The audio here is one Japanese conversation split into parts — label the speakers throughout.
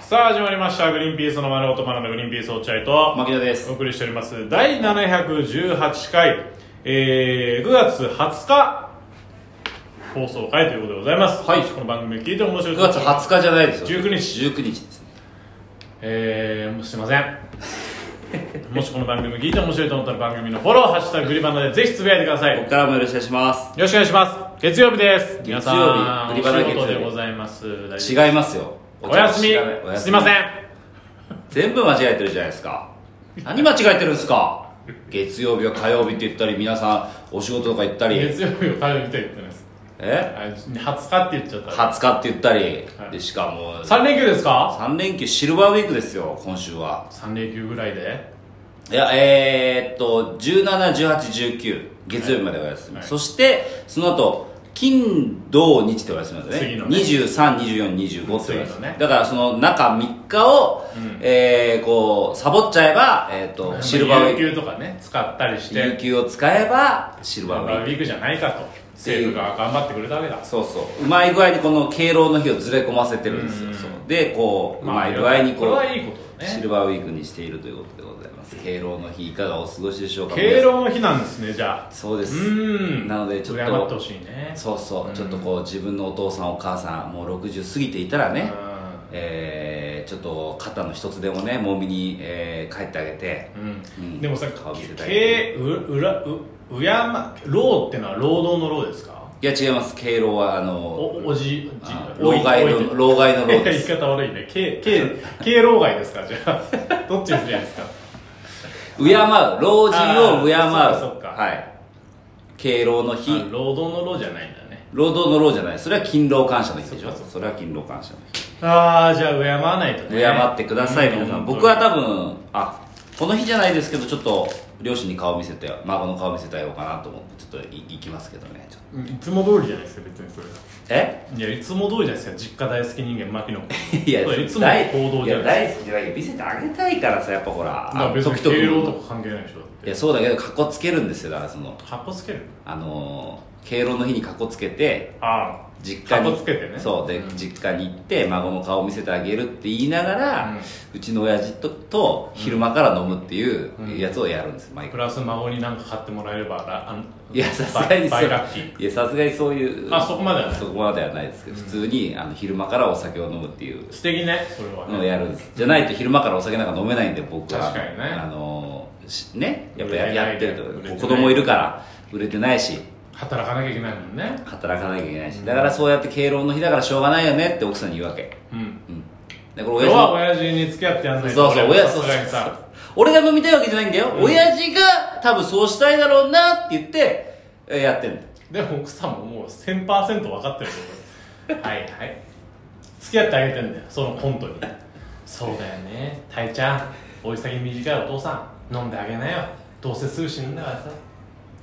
Speaker 1: さあ始まりました「グリーンピースの丸男のグリーンピース落合」と
Speaker 2: 牧野で
Speaker 1: お
Speaker 2: す
Speaker 1: 送りしております第718回、えー、9月20日放送回ということでございます、
Speaker 2: はい
Speaker 1: この番組聞いて面白い
Speaker 2: 9月20日じゃないですよ
Speaker 1: 19日
Speaker 2: 19日ですね
Speaker 1: えー、もうすいませ んもしこの番組聞いて面白いと思ったら番組のフォロー「ハッシュタググリバナ」でぜひつぶやいてください
Speaker 2: ここからもよろしくお願いしま
Speaker 1: よろしくお願いします月曜日です
Speaker 2: 月曜日
Speaker 1: 皆さんお仕
Speaker 2: グリバナ
Speaker 1: 事
Speaker 2: 月曜
Speaker 1: で
Speaker 2: 日
Speaker 1: ございます大
Speaker 2: す
Speaker 1: 丈夫
Speaker 2: 違いますよ
Speaker 1: お休み
Speaker 2: 知らないお休み
Speaker 1: すいません
Speaker 2: 全部間違えてるじゃないですか何間違えてるんですか月曜日は火曜日って言ったり皆さんお仕事とか行ったり
Speaker 1: 月曜日を食べると言ってないです
Speaker 2: え
Speaker 1: あ20日って言っちゃった
Speaker 2: 20日って言ったり
Speaker 1: はい
Speaker 2: でしかも
Speaker 1: 3連休ですか
Speaker 2: 3連休シルバーウィークですよ今週は
Speaker 1: 3連休ぐらいで
Speaker 2: いやえー、っと171819月曜日までお休み、
Speaker 1: はい
Speaker 2: そしてその後金土日ってお休みなんだ
Speaker 1: 次
Speaker 2: ね
Speaker 1: のね
Speaker 2: 232425ってお
Speaker 1: 次
Speaker 2: 休
Speaker 1: の
Speaker 2: み、
Speaker 1: ね
Speaker 2: だからその中3日を、
Speaker 1: うん
Speaker 2: えー、こうサボっちゃえば、えー、っとシルバーウィー
Speaker 1: 有給とかね使ったりし
Speaker 2: ク
Speaker 1: て
Speaker 2: 有給を使えばシル
Speaker 1: バ
Speaker 2: バーウィー
Speaker 1: ー
Speaker 2: ク
Speaker 1: ウィークじゃないかと政府が頑張ってくれたわけだ
Speaker 2: そうそううまい具合にこの敬老の日をずれ込ませてるんですよ、そうでこう、
Speaker 1: まあ
Speaker 2: うまい具合に
Speaker 1: こ
Speaker 2: こ
Speaker 1: れ
Speaker 2: う
Speaker 1: はいいことだね
Speaker 2: シルバーウィークにしているということでございます敬老の日いかがお過ごしでしょうか
Speaker 1: 敬老の日なんですねじゃあ
Speaker 2: そうで
Speaker 1: う
Speaker 2: す
Speaker 1: ーん
Speaker 2: なのでちょっと
Speaker 1: 謝ってほしいね
Speaker 2: そうそう、
Speaker 1: うん
Speaker 2: ちょっとこう自分のお父さんお母さんもう60過ぎていたらね、えーちょっと肩の一つでもねもみに、えー帰ってあげて
Speaker 1: うんうん
Speaker 2: うん
Speaker 1: でもさ
Speaker 2: 顔見せたい
Speaker 1: 敬ううらううやま老ってのは労働の労ですか
Speaker 2: いや違います敬老はあの
Speaker 1: おおじじ
Speaker 2: あ
Speaker 1: 老い
Speaker 2: 老害
Speaker 1: 老い
Speaker 2: の老害の老
Speaker 1: いや
Speaker 2: で
Speaker 1: 言い
Speaker 2: す
Speaker 1: 方悪いね敬敬敬老害ですかじゃ あどっちにすりゃいいですか
Speaker 2: 敬う老人を敬う
Speaker 1: あーそっかそっか
Speaker 2: はい敬老の日
Speaker 1: あ労働の労じゃないんだね
Speaker 2: 労働の労じゃないそれは勤労感謝の日でし
Speaker 1: そ
Speaker 2: ょ
Speaker 1: っか
Speaker 2: そ
Speaker 1: そっか
Speaker 2: れは勤労感謝の日
Speaker 1: ああじゃあ敬わないとね
Speaker 2: 敬ってください、
Speaker 1: う
Speaker 2: 皆さん
Speaker 1: 本当に
Speaker 2: 僕は多分あこの日じゃないですけどちょっと両親に顔見せて孫の顔見せてあげようかなと思ってちょっとい行きますけどねちょっと
Speaker 1: いつも通りじゃないですか別にそれ
Speaker 2: え
Speaker 1: いやいつも通りじゃないですか実家大好き人間牧野君
Speaker 2: いや、
Speaker 1: そういつも
Speaker 2: 大
Speaker 1: の行動じゃない
Speaker 2: いや大好きじゃないけど見せてあげたいからさ、やっぱほら、
Speaker 1: まあ別に
Speaker 2: 々
Speaker 1: 敬老とか関係ないでしょだっ
Speaker 2: い
Speaker 1: て
Speaker 2: や、そうだけど、かっこつけるんですよ、だからその、
Speaker 1: かっこつける
Speaker 2: あのー、敬老の日にかっこつけて、
Speaker 1: ああ
Speaker 2: 実家に、
Speaker 1: かっこつけてね
Speaker 2: そう、で、
Speaker 1: うん
Speaker 2: 実家に行って、孫の顔を見せてあげるって言いながら、うちの親父とと昼間から飲むっていう
Speaker 1: うん
Speaker 2: やつをやるんです、毎
Speaker 1: プ
Speaker 2: 回。
Speaker 1: ラス孫に何か買ってもらえればらあの
Speaker 2: いや、さすがに
Speaker 1: バ
Speaker 2: そう
Speaker 1: イラッキー
Speaker 2: いや、さすがにそういう、
Speaker 1: あそこまではない
Speaker 2: そこまではないですけど、普通にあの昼間からお酒を飲むっていう。
Speaker 1: 素敵ねそれは
Speaker 2: の
Speaker 1: ね
Speaker 2: やるんですじゃないと昼間からお酒なんか飲めないんで僕は
Speaker 1: 確かにね
Speaker 2: あのしねやっぱ
Speaker 1: 売れ
Speaker 2: や
Speaker 1: てない
Speaker 2: やってると
Speaker 1: 売れてない
Speaker 2: 子供いるから売れてないし
Speaker 1: 働かなきゃいけないもんね
Speaker 2: 働かなきゃいけないしだからそうやって敬老の日だからしょうがないよねって奥さんに言うわけ
Speaker 1: うん
Speaker 2: うんでこ
Speaker 1: 俺
Speaker 2: れ親父
Speaker 1: は
Speaker 2: も
Speaker 1: 親父に付き合ってやんないと
Speaker 2: そう
Speaker 1: 俺
Speaker 2: そう
Speaker 1: は
Speaker 2: 親父
Speaker 1: さ
Speaker 2: そう
Speaker 1: す
Speaker 2: そう
Speaker 1: がにさ
Speaker 2: 俺が飲みたいわけじゃないんだよ、
Speaker 1: うん
Speaker 2: 親父が多分そうしたいだろうなって言ってえーやってるんだ
Speaker 1: でも奥さんももう1000%分かってると思うはいはい付き合ってあげてんだよそのコントにそうだよねたいちゃんおい先短いお父さん飲んであげなよどうせすぐ死ぬんだからさ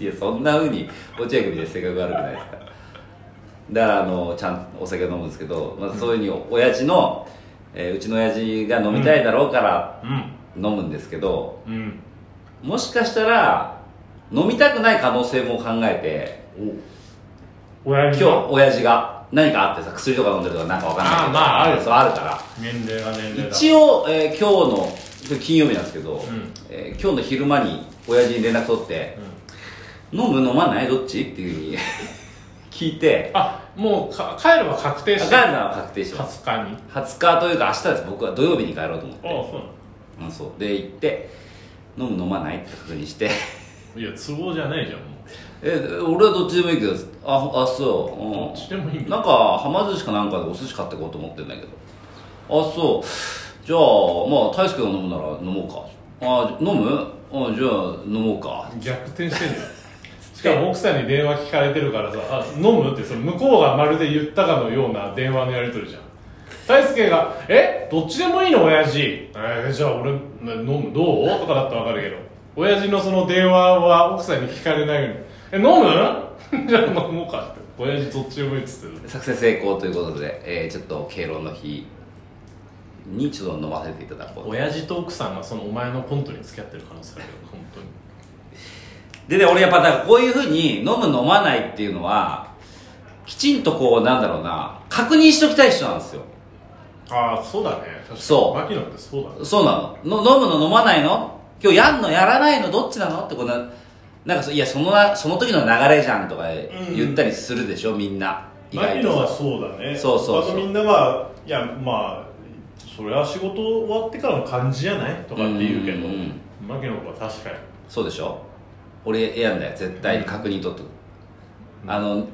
Speaker 2: いやそんなふうに落合君みたいに性格悪くないですからだからあのちゃんとお酒を飲むんですけど、まあ、そういうふうに親父の、えーうちの親父が飲みたいだろうから
Speaker 1: うん
Speaker 2: 飲むんですけど、
Speaker 1: うん
Speaker 2: もしかしたら飲みたくない可能性も考え
Speaker 1: お親
Speaker 2: て
Speaker 1: 父
Speaker 2: 今日
Speaker 1: の
Speaker 2: 親父が何かあってさ薬とか飲んでるとかなんかわかんない
Speaker 1: あ
Speaker 2: けど
Speaker 1: ーまあある
Speaker 2: そうあるから
Speaker 1: 年齢が年齢だ
Speaker 2: 一応、えー今日の今日金曜日なんですけど、
Speaker 1: ん
Speaker 2: えー今日の昼間に親父に連絡取って
Speaker 1: うん
Speaker 2: 「飲む飲まないどっち?」っていうふうに 聞いて
Speaker 1: あもうか帰れば確定
Speaker 2: 帰
Speaker 1: し
Speaker 2: る
Speaker 1: て
Speaker 2: なら確定します
Speaker 1: 20日に
Speaker 2: 20日というか明日です僕は土曜日に帰ろうと思っ
Speaker 1: ああ
Speaker 2: て
Speaker 1: そう
Speaker 2: うんそうで行って飲む飲まないって確認して
Speaker 1: なのいや都合じゃないじゃんも
Speaker 2: え俺はどっちでもいいけどああそう、うん、
Speaker 1: どっちでもいいんだ
Speaker 2: なんかはま寿司かなんかでお寿司買ってこうと思ってんだけどあそうじゃあまあ大輔が飲むなら飲もうかあ飲むあじゃあ飲もうか
Speaker 1: う逆転してんじゃんしかも奥さんに電話聞かれてるからさ「あ飲む?」ってその向こうがまるで言ったかのような電話のやり取りじゃん大輔が「えどっちでもいいの親父えーじゃあ俺ね飲むどう?」とかだったら分かるけど親父のその電話は奥さんに聞かれないように「え飲む? 」 じゃあ飲もうかって親父どっちでもいいっつってる
Speaker 2: 作戦成功ということで、えーちょっと敬老の日にちょっと飲ませていただこう
Speaker 1: 親父と奥さんがそのお前のコントに付き合ってる可能性あるよ本当に
Speaker 2: でね俺やっぱだからこういうふうに飲む飲まないっていうのはきちんとこうなんだろうな確認しときたい人なんですよ
Speaker 1: ああそうだね確かに
Speaker 2: そう
Speaker 1: 牧野ってそうだね
Speaker 2: そうなのの飲むの飲まないの今日やんのやらないのどっちなのってこんななんかそいやそのなその時の流れじゃんとか
Speaker 1: うん
Speaker 2: 言ったりするでしょ、みんな意
Speaker 1: 牧
Speaker 2: 外
Speaker 1: 野
Speaker 2: と
Speaker 1: はそうだね
Speaker 2: そうそうそう
Speaker 1: あとみんながいやまあそれは仕事終わってからの感じじゃないとかって言うけど
Speaker 2: うんうんうん
Speaker 1: 牧野は確かに
Speaker 2: そうでしょ俺選んだよ絶対に確認取っとく、
Speaker 1: うん
Speaker 2: あの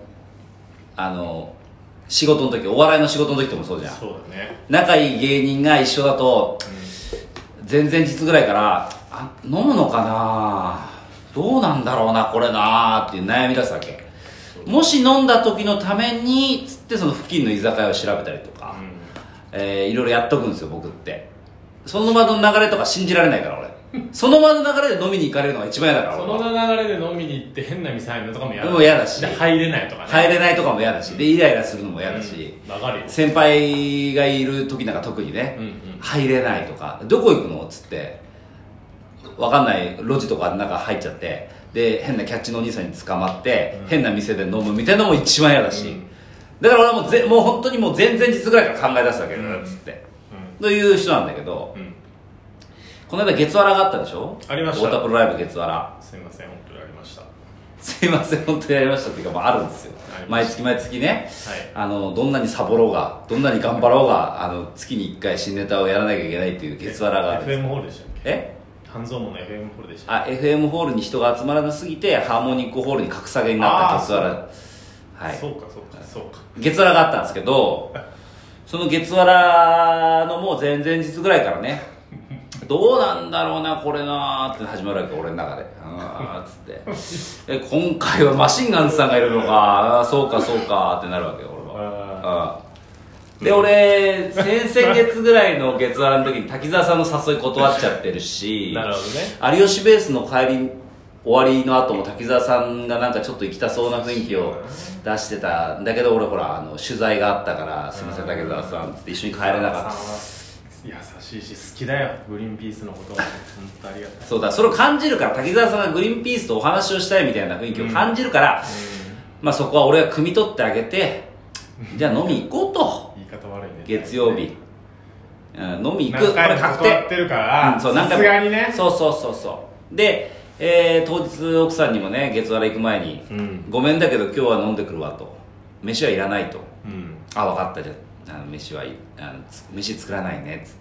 Speaker 2: あの仕事の時お笑いの仕事の時ともそうじゃん
Speaker 1: そうだね
Speaker 2: 仲いい芸人が一緒だと前々日ぐらいからあ飲むのかなどうなんだろうなこれなっていう悩み出すわけもし飲んだ時のためにつってその付近の居酒屋を調べたりとか、えーいろいろやっとくんですよ僕ってその場の流れとか信じられないから俺その場の流れで飲みに行かれるのが一番嫌だから
Speaker 1: そ
Speaker 2: 俺は
Speaker 1: の流れで飲みに行って変な店入るのとかも嫌だ
Speaker 2: もう嫌だし
Speaker 1: で入れないとかね
Speaker 2: 入れないとかも嫌だしでイライラするのも嫌だし、
Speaker 1: うんわかるよ
Speaker 2: 先輩がいる時なんか特にね、
Speaker 1: うんうん
Speaker 2: 入れないとかどこ行くのっつってわかんない路地とかの中入っちゃってで変なキャッチのお兄さんに捕まって、変な店で飲むみたいなのも一番嫌だし、
Speaker 1: うん
Speaker 2: だから俺はもうぜもう本当にもう前々日ぐらいから考え出すわけよ、
Speaker 1: うん
Speaker 2: つってという人なんだけど
Speaker 1: うんうん
Speaker 2: この間月わらがあったでしょ
Speaker 1: ありました
Speaker 2: 太田プロライブ月わら
Speaker 1: すいません本当にありましたは
Speaker 2: すいません本当にやりましたっていうかもうあるんですよ
Speaker 1: ありま
Speaker 2: 毎
Speaker 1: し
Speaker 2: 月毎月ねあのどんなにサボろうがどんなに頑張ろうがあの月に1回新ネタをやらなきゃいけないっていう
Speaker 1: い
Speaker 2: 月わらがあるんです
Speaker 1: FM ホールでしたっけ
Speaker 2: え
Speaker 1: 半蔵門の FM ホールでした
Speaker 2: あ FM ホールに人が集まらなすぎてハーモニックホールに格下げにな
Speaker 1: あ
Speaker 2: った
Speaker 1: ー
Speaker 2: 月わらはい
Speaker 1: そうかそうかそうか
Speaker 2: 月わらがあったんですけどその月わらのもう前々日ぐらいからねどうなんだろうなこれなーって始まるわけ俺の中であーっつってえ今回はマシンガンズさんがいるのかあーそうかそうかってなるわけよ俺はうんで俺先々月ぐらいの月わらの時に滝沢さんの誘い断っちゃってるし
Speaker 1: なるほどね
Speaker 2: 有吉ベースの帰り終わりの後も滝沢さんがなんかちょっと行きたそうな雰囲気を出してたんだけど俺ほらあの取材があったから「すいません滝沢さん」っつって一緒に帰れなかっ
Speaker 1: 優しいし好きだよグリーンピースのことは本当ありがた
Speaker 2: た
Speaker 1: い
Speaker 2: そうだそれを感じるから滝沢さんがグリーンピースとお話をしたいみたいな雰囲気を感じるから、まあそこは俺が汲み取ってあげてじゃあ飲み行こうと
Speaker 1: 言い方悪いね
Speaker 2: 月曜日、うん、飲
Speaker 1: 何
Speaker 2: み行くこ
Speaker 1: 回
Speaker 2: れ
Speaker 1: も断
Speaker 2: 確定
Speaker 1: ってるか
Speaker 2: うん
Speaker 1: ら
Speaker 2: そう何
Speaker 1: さ
Speaker 2: 回
Speaker 1: す
Speaker 2: も
Speaker 1: がにね
Speaker 2: そうそうそうそうで、えー当日奥さんにもね月原行く前に、
Speaker 1: うん
Speaker 2: ごめんだけど今日は飲んでくるわ」と「飯はいらない」と
Speaker 1: うん
Speaker 2: 「あ分かったじゃああの飯はいあのつ飯作らないね」っつっ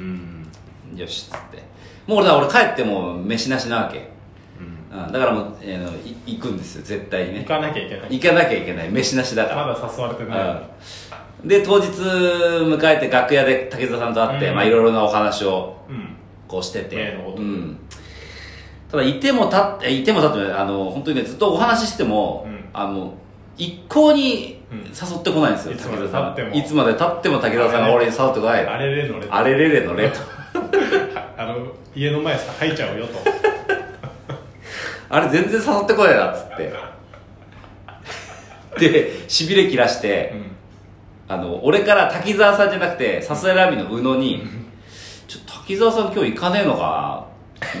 Speaker 1: うん
Speaker 2: て「よし」っつってもう俺だ俺帰ってもう飯なしなわけ、
Speaker 1: うん
Speaker 2: うん、だからもう、えーのい行くんですよ絶対に
Speaker 1: 行
Speaker 2: ね
Speaker 1: かなきゃいけない
Speaker 2: 行かなきゃいけない飯なしだから
Speaker 1: まだ誘われてない
Speaker 2: うんで当日迎えて楽屋で竹澤さんと会って、
Speaker 1: うん
Speaker 2: まあいろいろなお話を
Speaker 1: うん
Speaker 2: こうしてて、
Speaker 1: 例のごとく
Speaker 2: うん、ただいてもたっていてもたってもあの本当にねずっとお話ししても、
Speaker 1: うん
Speaker 2: あの一向に
Speaker 1: うん
Speaker 2: 誘ってこないんですよ、
Speaker 1: いつま
Speaker 2: 武
Speaker 1: で
Speaker 2: 田さんが
Speaker 1: 経っても
Speaker 2: いつまでたっても武田さんが俺に誘ってこない
Speaker 1: あれれのれ
Speaker 2: あれれれのれと
Speaker 1: あの家の前さ入っちゃうよと
Speaker 2: あれ全然誘ってこないなっつってでしびれ切らして、
Speaker 1: うん
Speaker 2: あの俺から滝沢さんじゃなくて笹選びの宇野に「ちょ滝沢さん今日行かねえのか な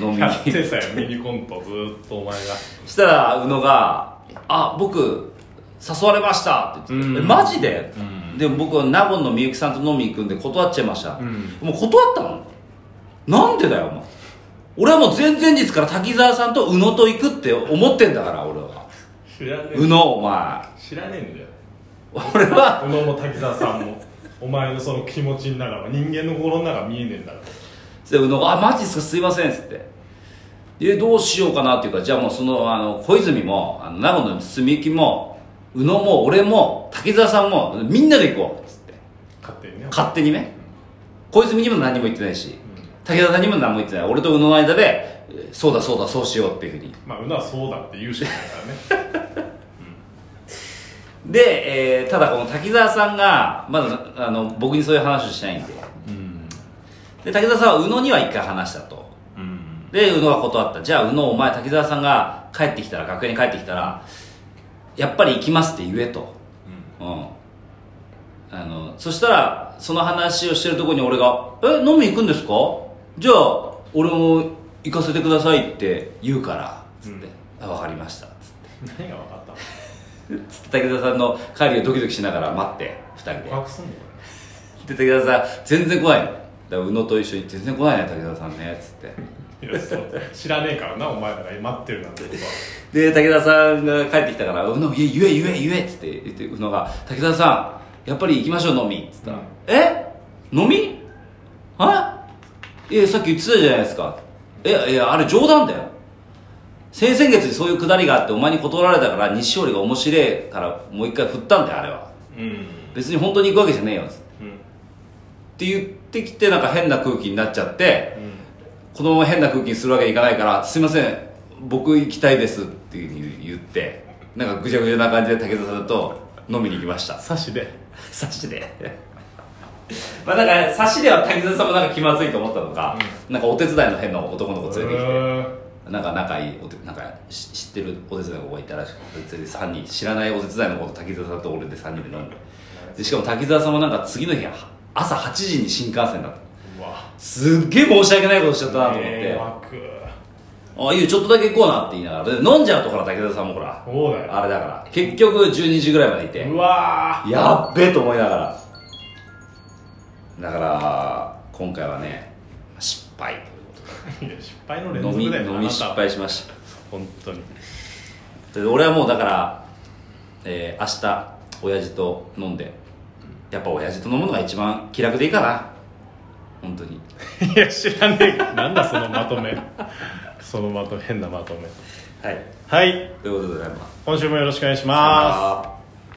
Speaker 2: 飲み
Speaker 1: やっ
Speaker 2: に
Speaker 1: てたよミニコントずーっとお前が」
Speaker 2: したら宇野が「あ僕誘われました」って言って
Speaker 1: う
Speaker 2: 「
Speaker 1: ん
Speaker 2: えマジで
Speaker 1: うん
Speaker 2: でも僕は納言のみゆきさんと飲みに行くんで断っちゃいました、
Speaker 1: うん
Speaker 2: もう断ったのなんでだよお前俺はもう前々日から滝沢さんと宇野と行くって思ってんだから俺は
Speaker 1: 知らね
Speaker 2: 宇野お前
Speaker 1: え知らねえんだよ
Speaker 2: 俺は
Speaker 1: 小野も滝沢さんもお前のその気持ちの中は人間の心の中見えねえんだから
Speaker 2: で宇野が「あマジっすかすいません」っつってでどうしようかなっていうからじゃあもうそのあの小泉もあの名古屋の住きも宇野も俺も滝沢さんもみんなで行こうっつって
Speaker 1: 勝手にね
Speaker 2: 勝手にね小泉にも何も言ってないし滝沢さんにも何も言ってない俺と宇野の間でえーそうだそうだそうしようっていうふうに
Speaker 1: まあうなはそうだって言うしかないからね
Speaker 2: で、えーただこの滝沢さんがまだあの僕にそういう話をしないんで
Speaker 1: うん
Speaker 2: で滝沢さんは宇野には一回話したと
Speaker 1: うん
Speaker 2: で宇野が断ったじゃあ宇野お前滝沢さんが帰ってきたら学園に帰ってきたらやっぱり行きますって言えとうんあのそしたらその話をしてるとこに俺が「え飲み行くんですかじゃあ俺も行かせてください」って言うからつって「あ分かりました」つっ
Speaker 1: 何が分かったの
Speaker 2: てつって滝沢さんの帰りをドキドキしながら待って2人で
Speaker 1: 告白すんのこ
Speaker 2: で武田さん全然来ないのだから宇野と一緒に全然来ないね武田さんねっつって
Speaker 1: いやそう知らねえからなお前らが待ってるなんてことは
Speaker 2: で武田さんが帰ってきたから「宇野言え言え言え言え」っつって言って宇野が「武田さんやっぱり行きましょう飲み」っつったら
Speaker 1: うん
Speaker 2: 「え飲みあいやさっき言ってたじゃないですか」えいやあれ冗談だよ先々月にそういうくだりがあってお前に断られたから西勝利が面白えからもう一回振ったんだよあれは
Speaker 1: うん
Speaker 2: 別に本当に行くわけじゃねえよっつって
Speaker 1: うん
Speaker 2: って言ってきてなんか変な空気になっちゃって
Speaker 1: うん
Speaker 2: このまま変な空気にするわけにいかないから「すいません僕行きたいです」っていうふうに言ってなんかぐちゃぐちゃな感じで武田さんと飲みに行きました
Speaker 1: 差しで
Speaker 2: 差しで まあなんか差しでは武田さんもなんか気まずいと思ったのか、なんかお手伝いの変な男の子連れてきて、なんか仲いいお手なんかし知ってるお手伝いの子がいたらしくて連れて3人知らないお手伝いの子と滝沢さんと俺で3人で飲んででしかも滝沢さんもなんか次の日は朝8時に新幹線だった
Speaker 1: うわ
Speaker 2: すっげえ申し訳ないことしちゃったなと思って、
Speaker 1: 迷惑
Speaker 2: あいいよちょっとだけ行こうなって言いながらで飲んじゃうとほら武田さんもほら
Speaker 1: そうだよ
Speaker 2: あれだから結局12時ぐらいまでいて
Speaker 1: うわ
Speaker 2: やっべえと思いながらだから今回はね失敗
Speaker 1: ーいや失敗の
Speaker 2: という
Speaker 1: 連
Speaker 2: ことで飲
Speaker 1: 続
Speaker 2: み
Speaker 1: だよな
Speaker 2: 飲み失
Speaker 1: あなた
Speaker 2: 敗しまし
Speaker 1: 本当に
Speaker 2: たで俺はもうだから、えー明日親父と飲んでやっぱ親父と飲むのが一番気楽でいいかな本当に
Speaker 1: いや知らねえなんだそのまとめそのまとめ変なまとめ
Speaker 2: はい
Speaker 1: はい
Speaker 2: ということでございます
Speaker 1: 今週もよろしくお願いし
Speaker 2: さよな
Speaker 1: ます
Speaker 2: ら